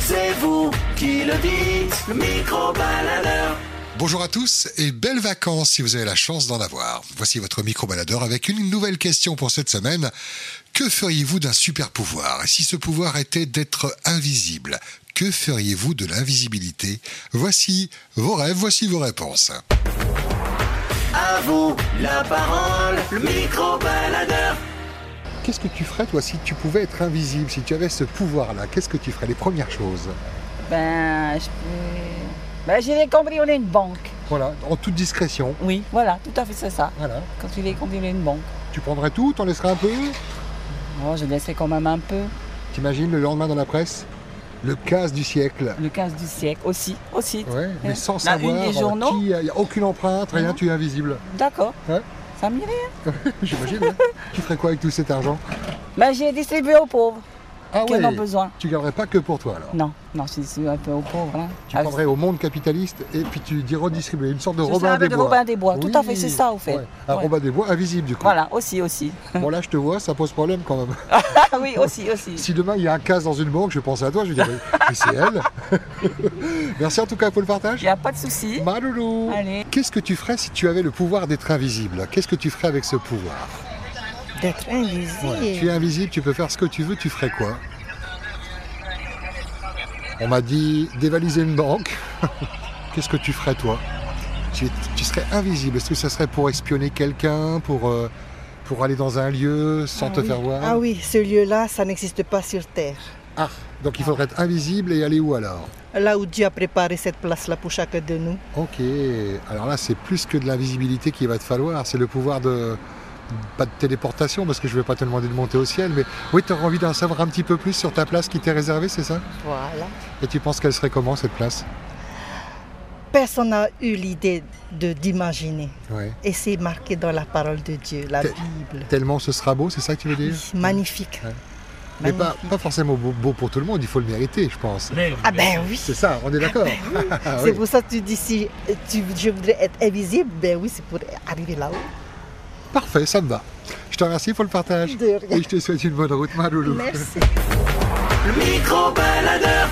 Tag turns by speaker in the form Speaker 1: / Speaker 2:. Speaker 1: c'est vous qui le dites, le micro-baladeur.
Speaker 2: Bonjour à tous et belles vacances si vous avez la chance d'en avoir. Voici votre micro-baladeur avec une nouvelle question pour cette semaine. Que feriez-vous d'un super pouvoir Et si ce pouvoir était d'être invisible, que feriez-vous de l'invisibilité Voici vos rêves, voici vos réponses.
Speaker 1: À vous la parole, le micro-baladeur.
Speaker 2: Qu'est-ce que tu ferais toi si tu pouvais être invisible, si tu avais ce pouvoir-là Qu'est-ce que tu ferais Les premières choses
Speaker 3: Ben, je peux- ben, j'irai cambrioler une banque.
Speaker 2: Voilà, en toute discrétion.
Speaker 3: Oui, voilà, tout à fait, c'est ça.
Speaker 2: Voilà.
Speaker 3: Quand tu vais cambrioler une banque.
Speaker 2: Tu prendrais tout, t'en laisserais un peu
Speaker 3: Oh, je laisserai quand même un peu.
Speaker 2: T'imagines le lendemain dans la presse Le casse du siècle.
Speaker 3: Le 15 du siècle, aussi, aussi.
Speaker 2: Ouais, mais
Speaker 3: Ouais.
Speaker 2: sans
Speaker 3: La une
Speaker 2: savoir euh,
Speaker 3: des journaux.
Speaker 2: qui, il n'y a aucune empreinte, rien,
Speaker 3: Mhm.
Speaker 2: tu es invisible.
Speaker 3: D'accord.
Speaker 2: Ouais.
Speaker 3: Ça m'irait.
Speaker 2: J'imagine. hein. tu ferais quoi avec tout cet argent
Speaker 3: Ben, j'ai distribué aux pauvres
Speaker 2: Ah
Speaker 3: qui
Speaker 2: ouais,
Speaker 3: en ont besoin.
Speaker 2: tu garderais pas que pour toi alors.
Speaker 3: Non, non, je distribue un peu aux pauvres. hein.
Speaker 2: Tu
Speaker 3: Ah,
Speaker 2: prendrais au monde capitaliste et puis tu dis redistribuer une sorte de
Speaker 3: je- je serai
Speaker 2: Robin
Speaker 3: un peu
Speaker 2: des
Speaker 3: de
Speaker 2: Bois.
Speaker 3: Robin des Bois. Tout à fait,
Speaker 2: Oui,
Speaker 3: c'est ça, au fait.
Speaker 2: ouais. Un
Speaker 3: Ouais.
Speaker 2: Robin des Bois invisible du coup.
Speaker 3: Voilà, aussi, aussi.
Speaker 2: Bon là je te vois, ça pose problème quand même.
Speaker 3: Ah oui, aussi, aussi.
Speaker 2: Si demain il y a un casse dans une banque, je pense à toi, je vais dire mais, mais c'est elle. Merci en tout cas pour le
Speaker 3: Il
Speaker 2: partage.
Speaker 3: n'y a pas de souci.
Speaker 2: Maloulou
Speaker 3: Allez.
Speaker 2: Qu'est-ce que tu ferais si tu avais le pouvoir d'être invisible Qu'est-ce que tu ferais avec ce pouvoir
Speaker 4: D'être invisible.
Speaker 2: Ouais, Tu es invisible, tu peux faire ce que tu veux, tu ferais quoi On m'a dit dévaliser une banque. Qu'est-ce que tu ferais toi tu, tu serais invisible. Est-ce que ça serait pour espionner quelqu'un, pour, euh, pour aller dans un lieu sans
Speaker 4: Ah
Speaker 2: te
Speaker 4: oui.
Speaker 2: faire voir
Speaker 4: Ah oui, ce lieu-là, ça n'existe pas sur Terre.
Speaker 2: Ah, donc il faudrait être invisible et aller où alors
Speaker 4: Là où Dieu a préparé cette place-là pour chacun de nous.
Speaker 2: Ok, alors là c'est plus que de l'invisibilité qu'il va te falloir, c'est le pouvoir de... Pas de téléportation parce que je ne vais pas te demander de monter au ciel, mais oui, tu aurais envie d'en savoir un petit peu plus sur ta place qui t'est réservée, c'est ça
Speaker 4: Voilà.
Speaker 2: Et tu penses qu'elle serait comment cette place
Speaker 4: Personne n'a eu l'idée de d'imaginer.
Speaker 2: Ouais.
Speaker 4: Et c'est marqué dans la parole de Dieu, la
Speaker 2: T'es-
Speaker 4: Bible.
Speaker 2: Tellement ce sera beau, c'est ça que tu veux dire
Speaker 4: Oui, magnifique.
Speaker 2: Ouais. Mais pas,
Speaker 4: Ah, Magnifique.
Speaker 2: pas forcément beau, beau pour tout le monde, il faut le mériter, je pense.
Speaker 4: Ah ben oui.
Speaker 2: C'est ça, on est d'accord Ah
Speaker 4: C'est
Speaker 2: oui.
Speaker 4: pour ça que tu dis si tu, je voudrais être invisible, ben oui, c'est pour arriver là-haut.
Speaker 2: Parfait, ça me va. Je te remercie pour le partage.
Speaker 4: De rien.
Speaker 2: Et je te souhaite une bonne route, ma loulou.
Speaker 4: Merci.
Speaker 1: Le micro-baladeur.